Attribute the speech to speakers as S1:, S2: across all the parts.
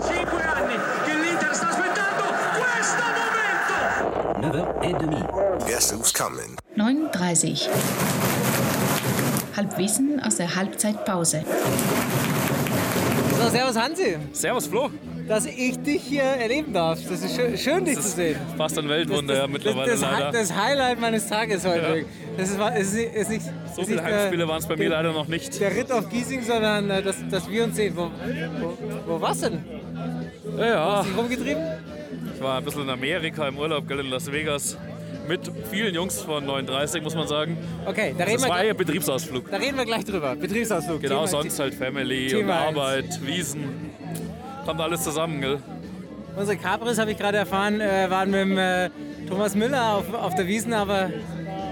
S1: Cinque anni che l'Inter sta aspettando questo momento!
S2: 9h30.
S3: Guess who's coming?
S4: 39. Halbwissen aus der Halbzeitpause.
S5: So, servus Hansi,
S6: Servus Flo.
S5: dass ich dich hier erleben darf. Das ist schön, schön dich zu sehen.
S6: Fast ein
S5: Das-
S6: Weltwunder ja,
S5: das-
S6: mittlerweile
S5: das, das,
S6: leider.
S5: das Highlight meines Tages heute.
S6: Ja.
S5: Das ist, es ist, nicht- ist nicht,
S6: so
S5: ist
S6: viele
S5: nicht der-
S6: Heimspiele waren es bei
S5: der,
S6: mir leider noch nicht.
S5: Der Ritt auf Giesing, sondern äh, dass, dass wir uns sehen. Wo, wo, wo warst du denn?
S6: Ja, ja,
S5: Dich rumgetrieben?
S6: ich war ein bisschen in Amerika im Urlaub, gell, in Las Vegas. Mit vielen Jungs von 39, muss man sagen.
S5: Okay, da reden,
S6: Das
S5: wir,
S6: war
S5: gleich-
S6: ja Betriebsausflug.
S5: da reden wir gleich drüber. Betriebsausflug.
S6: Genau,
S5: Thema-
S6: sonst halt Family und
S5: Thema eins.
S6: Arbeit, Wiesen. Kommt alles zusammen, gell?
S5: Unsere Cabris, habe ich gerade erfahren, äh, waren mit dem, äh, Thomas Müller auf, auf der Wiesn, aber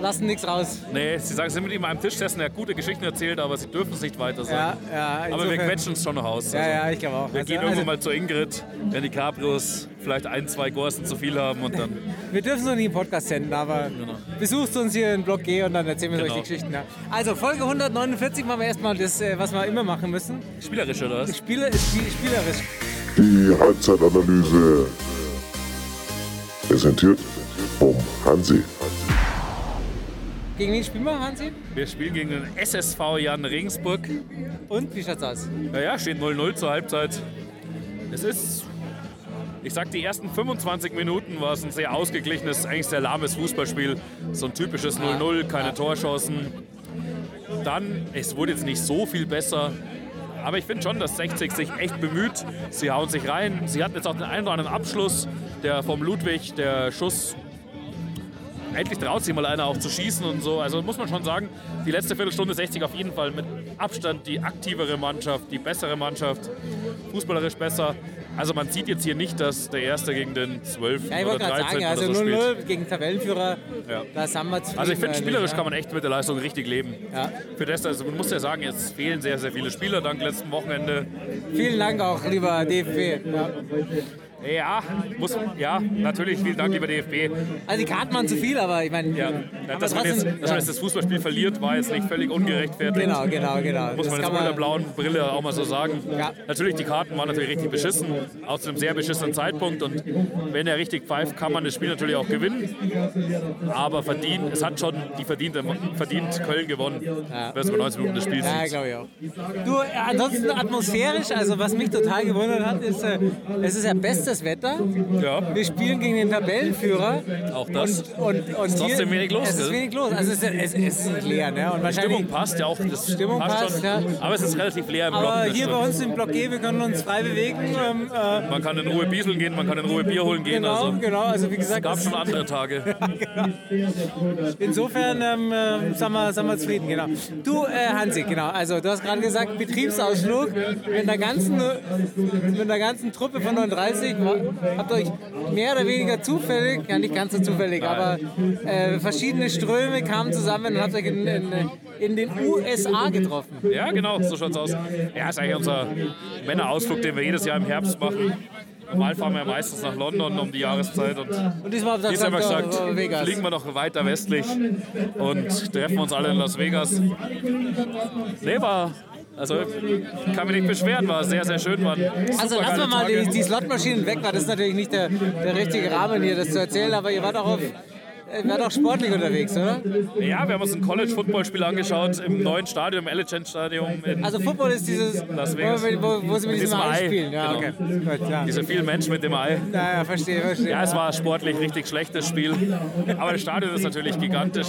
S5: lassen nichts raus.
S6: Nee, sie sagen, sie sind mit ihm am Tisch gesessen, er hat gute Geschichten erzählt, aber sie dürfen es nicht weiter
S5: Ja,
S6: sagen.
S5: ja,
S6: aber wir
S5: insofern-
S6: quetschen es schon noch aus.
S5: Ja,
S6: also.
S5: ja, ich glaube auch.
S6: Wir
S5: Also-
S6: gehen
S5: also-
S6: irgendwann mal zu Ingrid, wenn die Cabrios vielleicht ein, zwei Gorsen zu viel haben und dann
S5: Wir dürfen es noch nie im Podcast senden, aber besucht uns hier in Blog G und dann erzählen wir euch
S6: Genau.
S5: die Geschichten. Ja. Also Folge 149 machen wir erstmal das, äh, was wir immer machen müssen.
S6: spielerisch oder was?
S5: Spiele, äh, Spiel, spielerisch.
S7: Die Halbzeitanalyse präsentiert vom Hansi.
S5: Gegen wen spielen wir, Hansi?
S6: Wir spielen gegen den SSV Jan Regensburg.
S5: Und wie schaut's aus?
S6: Naja, steht 0-0 zur Halbzeit. Es ist, ich sag, die ersten 25 Minuten war es ein sehr ausgeglichenes, eigentlich sehr lahmes Fußballspiel. So ein typisches 0-0, keine Torchancen. Dann, es wurde jetzt nicht so viel besser. Aber ich finde schon, dass 60 sich echt bemüht. Sie hauen sich rein. Sie hatten jetzt auch den einen oder anderen Abschluss, der vom Ludwig, der Schuss. Endlich traut sich mal einer auch zu schießen und so. Also muss man schon sagen, die letzte Viertelstunde 60 auf jeden Fall mit Abstand die aktivere Mannschaft, die bessere Mannschaft, fußballerisch besser. Also man sieht jetzt hier nicht, dass der Erste gegen den 12.
S5: Ja, ich
S6: oder
S5: wollte gerade
S6: 13.
S5: sagen, also
S6: oder so spielt.
S5: 0-0 gegen Tabellenführer,
S6: Ja.
S5: das haben wir äh, zufrieden,
S6: Also ich finde,
S5: eigentlich,
S6: spielerisch
S5: ja.
S6: kann man echt mit der Leistung richtig leben.
S5: Ja.
S6: Für das, also man muss ja sagen, es fehlen sehr, sehr viele Spieler dank letzten Wochenende.
S5: Vielen Dank auch, lieber DFB. Ja.
S6: Ja, muss, ja natürlich, vielen Dank, lieber DFB.
S5: Also die Karten waren zu viel, aber ich meine...
S6: Ja,
S5: aber
S6: dass man jetzt, dass
S5: trotzdem-
S6: man jetzt das Fußballspiel verliert, war jetzt nicht völlig ungerechtfertigt.
S5: Genau, genau, genau.
S6: Muss man jetzt mit der blauen Brille auch mal so sagen.
S5: Ja.
S6: Natürlich, die Karten waren natürlich richtig beschissen, auch zu einem sehr beschissenen Zeitpunkt. Und wenn er richtig pfeift, kann man das Spiel natürlich auch gewinnen. Aber verdient, es hat schon die verdiente, verdient Köln gewonnen, wenn es über 90 Minuten des Spiels
S5: Ja,
S6: sieht.
S5: glaube ich auch. Du, äh, ansonsten atmosphärisch, also was mich total gewundert hat, ist, äh, es ist ja bestes Wetter.
S6: Ja.
S5: Wir spielen gegen den Tabellenführer.
S6: Auch das.
S5: Und, und, und
S6: Ist trotzdem
S5: hier,
S6: wenig los,
S5: Es ist
S6: gell?
S5: wenig los. Also es, ist- es, es ist nicht leer, ne? Und
S6: Die
S5: wahrscheinlich.
S6: Stimmung passt ja auch. Das
S5: Stimmung passt,
S6: schon.
S5: ja.
S6: Aber es ist relativ leer im Block.
S5: aber
S6: das
S5: hier
S6: stimmt.
S5: bei uns im Block G, wir können uns frei bewegen. Ähm, äh,
S6: man kann in Ruhe bieseln gehen, man kann in Ruhe Bier holen gehen.
S5: genau,
S6: also.
S5: genau. Also wie gesagt,
S6: Gab
S5: es-
S6: schon andere Tage.
S5: Insofern ähm, äh, sind, wir, sind wir zufrieden, genau. Du, äh, Hansi, genau, also du hast gerade gesagt, Betriebsausflug mit der ganzen, mit der ganzen Truppe von 39 wa- habt ihr euch mehr oder weniger zufällig, ja nicht ganz so zufällig, aber äh, verschiedene Ströme kamen zusammen und habt euch in, in, in den USA getroffen.
S6: Ja, genau, so schaut's aus. Ja, ist eigentlich unser Männerausflug, den wir jedes Jahr im Herbst machen. Normal fahren wir ja meistens nach London um die Jahreszeit und
S5: Und diesmal habt ihr
S6: diesmal haben wir
S5: äh,
S6: gesagt,
S5: Vegas.
S6: fliegen wir noch weiter westlich und treffen uns alle in Las Vegas. Nee, war, also kann mich nicht beschweren, war sehr, sehr schön. Waren
S5: Also lassen
S6: supergeile
S5: wir mal die,
S6: Tage.
S5: die Slotmaschinen weg, weil das ist natürlich nicht der, der richtige Rahmen hier, das zu erzählen, aber ihr wart auch auf... äh, ihr wart auch sportlich unterwegs, oder?
S6: Ja, wir haben uns ein College-Football-Spiel angeschaut im neuen Stadion, im Allegiant-Stadion in
S5: Also Football ist dieses,
S6: Las
S5: wo,
S6: Vegas.
S5: wo, wo sie mit
S6: Mit
S5: diesem
S6: diesem
S5: Ei
S6: Ei,
S5: spielen. Ja,
S6: genau.
S5: okay. Gut, ja.
S6: Diese vielen Menschen mit dem Ei.
S5: ja, ja, verstehe, verstehe.
S6: Ja, es war sportlich richtig schlechtes Spiel. Aber das Stadion ist natürlich gigantisch.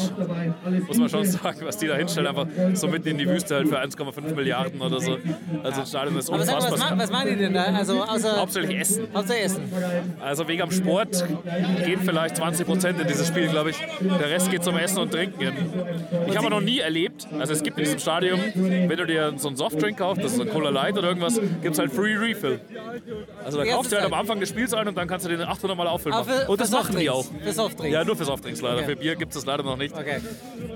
S6: Muss man schon sagen, was die da hinstellen. Einfach so mitten in die Wüste halt für 1,5 Milliarden oder so. Also das Stadion ist
S5: Aber sag mal, was,
S6: unfassbar.
S5: machen, was machen die denn da? Also außer
S6: Hauptsächlich Essen.
S5: Hauptsache Essen.
S6: Also wegen am Sport gehen vielleicht 20 Prozent in dieses Spiel, glaube ich. Der Rest geht zum Essen und Trinken. hin. Ich habe noch nie erlebt, also es gibt in diesem Stadion, wenn du dir so einen Softdrink kaufst, das ist so ein Cola Light oder irgendwas, gibt es halt Free Refill. Also da
S5: Die erste
S6: kaufst du halt
S5: Zeit.
S6: am Anfang des Spiels ein und dann kannst du den 800 Mal auffüllen.
S5: Aber für-
S6: und das
S5: für
S6: machen die auch.
S5: Softdrinks, für Softdrinks.
S6: Ja, nur für Softdrinks leider. Für Bier gibt es das leider noch nicht.
S5: Okay.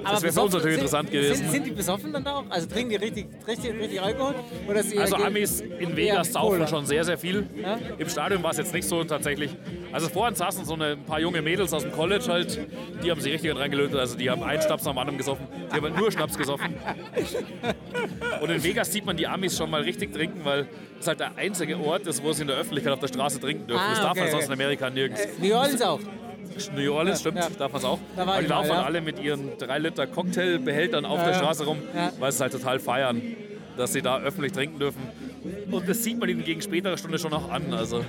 S5: Aber
S6: Das wäre für uns natürlich interessant
S5: sind,
S6: gewesen.
S5: Sind, sind die besoffen dann da auch? Also trinken die richtig, richtig, richtig Alkohol? Oder ist ihr-
S6: Also Amis in Vegas
S5: Ja,
S6: saufen
S5: Cola.
S6: schon sehr, sehr viel.
S5: Ja.
S6: Im Stadion war es jetzt nicht so tatsächlich. Also vorhin saßen so eine, ein paar junge Mädels aus dem College halt, die haben sich richtig reingelötet. Also die haben einen Schnaps nach dem anderen gesoffen. Die haben nur Schnaps gesoffen. Und in Vegas sieht man die Amis schon mal richtig trinken, weil es halt der einzige Ort ist, wo sie in der Öffentlichkeit auf der Straße trinken dürfen.
S5: Ah,
S6: das darf
S5: okay, Äh,
S6: man sonst
S5: okay.
S6: in Amerika nirgends.
S5: New Orleans auch.
S6: New Orleans, stimmt,
S5: ja.
S6: darf man es auch.
S5: Da war
S6: Aber die
S5: ich mal,
S6: laufen
S5: ja.
S6: alle mit ihren 3-Liter-Cocktailbehältern auf
S5: Ja,
S6: der
S5: ja.
S6: Straße rum,
S5: Ja.
S6: weil sie es halt total feiern, dass sie da öffentlich trinken dürfen. Und das sieht man ihnen gegen spätere Stunde schon auch an. Also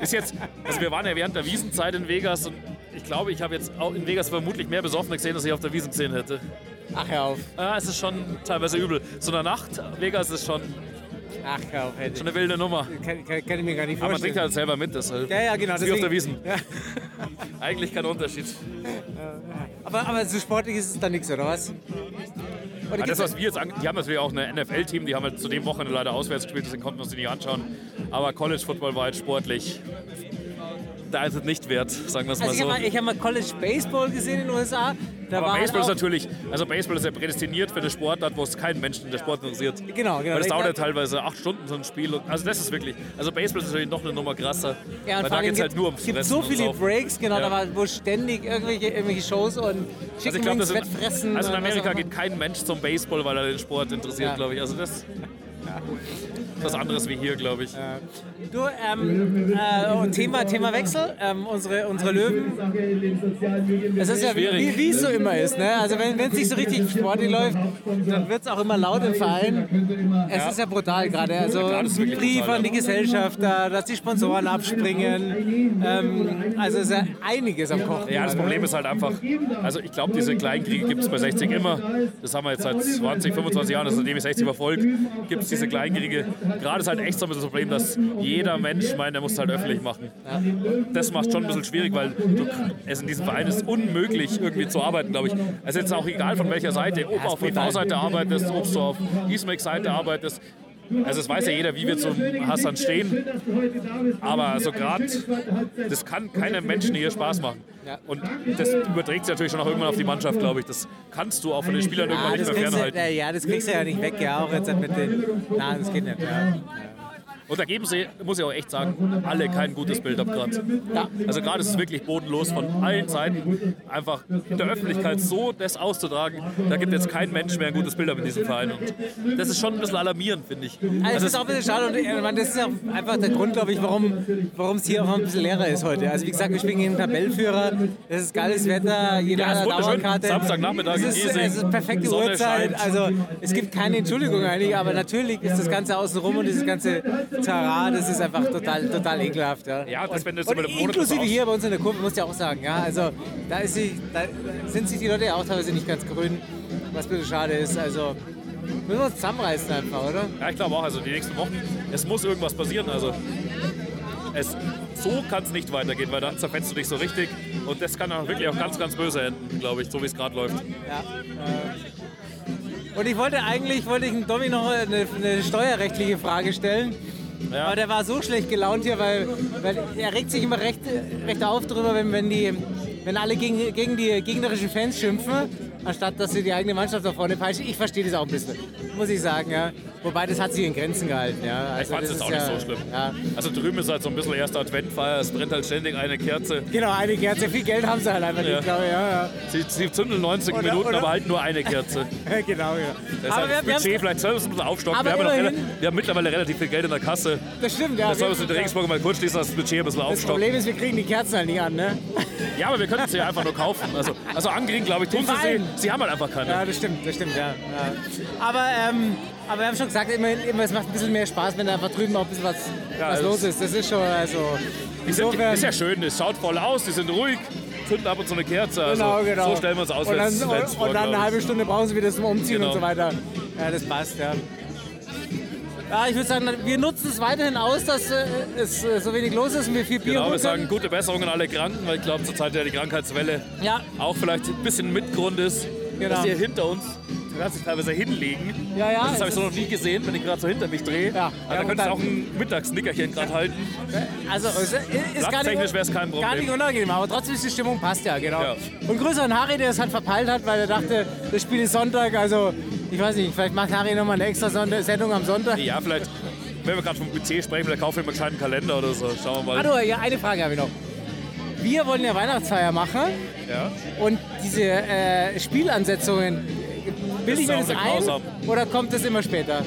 S6: ist jetzt, also wir waren ja während der Wiesenzeit in Vegas und ich glaube, ich habe jetzt auch in Vegas vermutlich mehr Besoffene gesehen, als ich auf der Wiesen gesehen hätte.
S5: Ach, hör auf.
S6: Ah, es ist schon teilweise übel. So eine Nacht, Vegas ist schon,
S5: Ach, hör auf. Hätte
S6: schon eine wilde Nummer.
S5: ich. Kann, kann, kann ich mir gar nicht
S6: Aber man
S5: vorstellen.
S6: trinkt halt selber mit, deshalb.
S5: Ja, ja, genau.
S6: Ist wie auf der
S5: deswegen-
S6: Wiesen. Eigentlich kein Unterschied.
S5: Aber, aber so sportlich ist es dann nichts, oder was? Oder
S6: Ja,
S5: gibt's-
S6: Ah, das, was wir jetzt an, die haben natürlich auch ein NFL-Team, die haben halt zu dem Wochenende leider auswärts gespielt, deswegen konnten wir uns die nicht anschauen. Aber College Football war halt sportlich. Da ist es nicht wert, sagen wir es mal
S5: also ich
S6: so.
S5: habe mal, ich hab mal College Baseball gesehen in den USA. Da
S6: aber
S5: war
S6: Baseball ist
S5: halt auch,
S6: natürlich, also Baseball ist ja prädestiniert für eine Sportart, wo es keinen Menschen in der Sport interessiert.
S5: Genau, genau.
S6: Weil das
S5: Ich
S6: dauert ja
S5: glaub-
S6: teilweise acht Stunden so ein Spiel. Und, also das ist wirklich, also Baseball ist natürlich noch eine Nummer krasser.
S5: ja, und
S6: weil
S5: vor
S6: da
S5: allem
S6: geht es halt
S5: gibt-
S6: nur ums
S5: gibt
S6: Fressen
S5: so
S6: und
S5: viele
S6: Saufen.
S5: Breaks, genau,
S6: Ja.
S5: da war, wo ständig irgendwelche, irgendwelche Shows und Chicken
S6: Also ich glaube,
S5: Wings
S6: das in-
S5: wettfressen.
S6: also in
S5: und was
S6: Amerika
S5: auch
S6: geht
S5: immer.
S6: kein Mensch zum Baseball, weil er den Sport interessiert,
S5: Ja.
S6: glaube ich. Also das ist was anderes wie hier, glaube ich.
S5: Du, ähm, äh, und Thema, Thema Wechsel, ähm, unsere, unsere Löwen. Es ist ja wie-
S6: Schwierig.
S5: wie wie es so immer ist. Ne? Also wenn es nicht so richtig sportlich läuft, dann wird es auch immer laut im Verein. Es ist ja brutal gerade. Also
S6: das ist wirklich
S5: Brief
S6: brutal,
S5: an die
S6: ja.
S5: Gesellschaft, da, dass die Sponsoren abspringen. Ähm, also es ist ja einiges am Kochen.
S6: Ja, das
S5: gerade.
S6: Problem ist halt einfach, also ich glaube, diese Kleinkriege gibt es bei 60 immer. Das haben wir jetzt seit 20, 25 Jahren, also seitdem ich 60 verfolge, gibt es diese Kleinkriege. Gerade ist halt echt so ein bisschen das Problem, dass jeder Mensch meint, er muss es halt öffentlich machen. Und das macht schon ein bisschen schwierig, weil du, es in diesem Verein ist unmöglich, irgendwie zu arbeiten, glaube ich. Es ist jetzt auch egal, von welcher Seite, ob du auf TV-Seite arbeitest, ob du auf Ismax-Seite arbeitest. Also es weiß ja jeder, wie wir zum Hassan stehen. Aber so gerade, das kann keinem Menschen hier Spaß machen.
S5: Ja.
S6: Und das überträgt sich natürlich schon auch irgendwann auf die Mannschaft, glaube ich. Das kannst du auch von den Spielern
S5: Ah,
S6: irgendwann nicht
S5: das
S6: mehr
S5: kriegst du,
S6: fernhalten.
S5: ja, ja, das kriegst du ja nicht weg, ja, auch jetzt mit den. Nein, das geht nicht. Ja.
S6: Und da geben sie, muss ich auch echt sagen, alle kein gutes Bild ab gerade. Also gerade ist es wirklich bodenlos von allen Seiten, einfach in der Öffentlichkeit so das auszutragen, da gibt jetzt kein Mensch mehr ein gutes Bild ab in diesem Verein. Und das ist schon ein bisschen alarmierend, finde ich.
S5: Also es
S6: Also
S5: ist auch ein bisschen schade und ich meine, das ist auch einfach der Grund, glaube ich, warum warum es hier auch ein bisschen leerer ist heute. Also wie gesagt, wir spielen gegen den Tabellführer, es ist geiles Wetter, jeder
S6: Ja,
S5: hat
S6: ist
S5: eine
S6: wunderschön.
S5: Dauerkarte.
S6: Samstagnachmittag
S5: es
S6: in
S5: ist,
S6: Giesing.
S5: es ist perfekte
S6: Sonne
S5: Uhrzeit,
S6: scheint.
S5: also es gibt keine Entschuldigung eigentlich, aber natürlich ist das Ganze außenrum und dieses ganze Tara, das ist einfach total, total ekelhaft. Ja,
S6: Ja, das,
S5: und,
S6: wenn du das
S5: und
S6: über den Monitor
S5: inklusive
S6: schaust.
S5: hier bei uns in der Kurve, musst du ja auch sagen, ja, also da, ist sie, da sind sich die Leute ja auch teilweise nicht ganz grün, was ein bisschen schade ist, also... Müssen wir uns zusammenreißen einfach, oder?
S6: Ja, ich glaube auch. Also die nächsten Wochen, es muss irgendwas passieren. Also es, so kann es nicht weitergehen, weil dann zerfetzt du dich so richtig. Und das kann auch wirklich auch ganz, ganz böse enden, glaube ich, so wie es gerade läuft.
S5: Und ich wollte eigentlich, wollte ich dem Domi noch eine, eine steuerrechtliche Frage stellen.
S6: Ja,
S5: Aber der war so schlecht gelaunt hier, weil, weil er regt sich immer recht, recht auf drüber, wenn, wenn, die, wenn alle gegen, gegen die gegnerischen Fans schimpfen, anstatt dass sie die eigene Mannschaft nach vorne peitschen. Ich verstehe das auch ein bisschen, muss ich sagen. Ja. Wobei, das hat sich in Grenzen gehalten. Ja.
S6: ich
S5: Also,
S6: fand es
S5: das
S6: jetzt
S5: ist
S6: auch
S5: ja-
S6: nicht so schlimm.
S5: Ja.
S6: Also drüben ist halt so ein bisschen erste Adventfeier. Es brennt halt ständig eine Kerze.
S5: Genau, eine Kerze. Viel Geld haben sie halt einfach
S6: Ja.
S5: nicht, glaube ich. Ja,
S6: Sie, sie zündeln 90
S5: Oder-
S6: Minuten,
S5: oder-
S6: aber halt nur eine Kerze.
S5: ja. genau, genau.
S6: Deshalb das
S5: haben's-
S6: Budget vielleicht soll es ein bisschen aufstocken.
S5: Aber
S6: wir, haben ja noch,
S5: immerhin-
S6: rela- wir haben mittlerweile relativ viel Geld in der Kasse.
S5: das stimmt, ja.
S6: Das soll
S5: wir-
S6: uns in Regensburg mal kurz schließen, das Budget ein bisschen
S5: das
S6: aufstocken.
S5: Problem ist, wir kriegen die Kerzen halt nicht an, ne?
S6: Ja, aber wir können sie ja einfach nur kaufen. Also, also ankriegen, glaube ich, tun sie sie.
S5: Verein.
S6: Sie haben halt einfach keine.
S5: Ja, das stimmt, das stimmt, ja. ja. Aber, ähm, aber wir haben schon gesagt, immer, immer, es macht ein bisschen mehr Spaß, wenn da einfach drüben auch ein bisschen was,
S6: Ja,
S5: was
S6: das-
S5: los ist. Das ist schon, also.
S6: Die sind,
S5: insofern-
S6: ist ja schön, es schaut voll aus, die sind ruhig, zünden ab und zu eine Kerze. Also,
S5: genau, genau.
S6: So stellen wir uns aus,
S5: Und
S6: wenn
S5: dann,
S6: es
S5: und, und dann eine halbe Stunde brauchen sie wieder zum Umziehen
S6: Genau.
S5: und so weiter. Ja, das passt, ja. Ja, ich würde sagen, wir nutzen es weiterhin aus, dass äh, es äh, so wenig los ist und wir viel Bier
S6: Genau,
S5: holen
S6: wir sagen
S5: können.
S6: gute Besserung an alle Kranken, weil ich glaube, zurzeit ja die Krankheitswelle
S5: Ja,
S6: auch vielleicht ein bisschen Mitgrund ist,
S5: Genau.
S6: dass hier hinter uns, du kannst dich teilweise hinlegen.
S5: Ja, ja,
S6: Das habe
S5: es
S6: ich so noch nie gesehen, wenn ich gerade so hinter mich drehe.
S5: Ja, ja,
S6: also, da
S5: und
S6: könntest du
S5: dann-
S6: auch ein Mittagsnickerchen gerade halten.
S5: Also es ist gar
S6: Platztechnisch
S5: nicht,
S6: wär's kein Problem.
S5: gar nicht unangenehm, aber trotzdem ist die Stimmung passt ja, genau.
S6: Ja.
S5: Und Grüße an Harry, der es halt verpeilt hat, weil er dachte, das Spiel ist Sonntag, also ich weiß nicht, vielleicht macht Harry nochmal eine extra Sonder Sendung am Sonntag.
S6: Ja, vielleicht. wenn wir gerade vom PC sprechen, vielleicht kaufen wir mal einen kleinen Kalender oder so. Schauen wir mal.
S5: Hallo, ja, eine Frage habe ich noch. Wir wollen ja Weihnachtsfeier machen
S6: Ja.
S5: und diese äh, Spielansetzungen, bilde ich mir
S6: ist
S5: das
S6: auch
S5: ein
S6: grausam.
S5: oder kommt das immer später?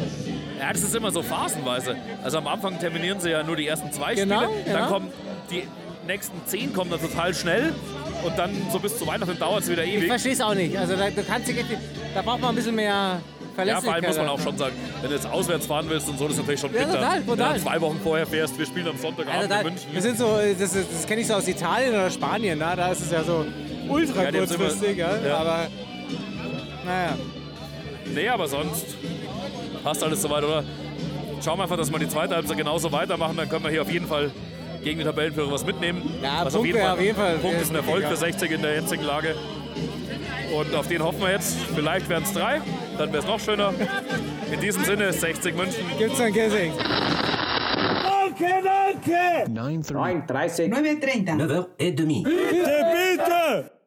S6: Ja, das ist immer so phasenweise. Also am Anfang terminieren sie ja nur die ersten zwei
S5: Genau,
S6: Spiele.
S5: genau.
S6: Dann kommen die nächsten zehn kommen dann total schnell. Und dann so bis zu Weihnachten dauert es wieder
S5: Ich
S6: ewig.
S5: verstehe es auch nicht. Also da, du kannst, dich- da braucht man ein bisschen mehr
S6: Ja,
S5: Verlässlichkeit.
S6: vor allem muss man auch schon sagen, wenn du jetzt auswärts fahren willst und so, das ist natürlich schon
S5: Ja,
S6: bitter.
S5: total,
S6: Wenn du
S5: total.
S6: dann zwei Wochen vorher fährst, wir spielen am Sonntagabend
S5: Also da,
S6: in München.
S5: das sind so, das, ist- das kenne ich so aus Italien oder Spanien, ne? da ist es ja so ultra
S6: Ja, die haben's
S5: kurzfristig,
S6: immer-
S5: ja?
S6: ja.
S5: aber naja.
S6: Nee, aber sonst passt alles soweit, oder? Schauen wir einfach, dass wir die zweite Halbzeit genauso weitermachen, dann können wir hier auf jeden Fall gegen den Tabellenführer was mitnehmen.
S5: Ja,
S6: was
S5: Punkt wäre auf jeden Fall- äh,
S6: Punkt ist ein Erfolg
S5: ja.
S6: für 60 in der jetzigen Lage. Und auf den hoffen wir jetzt. Vielleicht wären es drei, dann wäre es noch schöner. In diesem Sinne, 60 München.
S5: Gibt's ein Kissing?
S2: 9.30
S3: 9.30.
S2: 9h30.
S8: et demi.
S5: Bitte, bitte!